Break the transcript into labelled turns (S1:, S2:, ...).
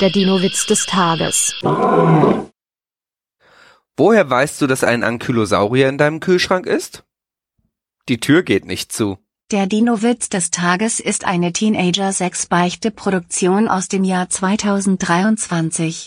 S1: Der Dino-Witz des Tages.
S2: Woher weißt du, dass ein Ankylosaurier in deinem Kühlschrank ist? Die Tür geht nicht zu.
S3: Der Dino-Witz des Tages ist eine Teenager 6 Beichte Produktion aus dem Jahr 2023.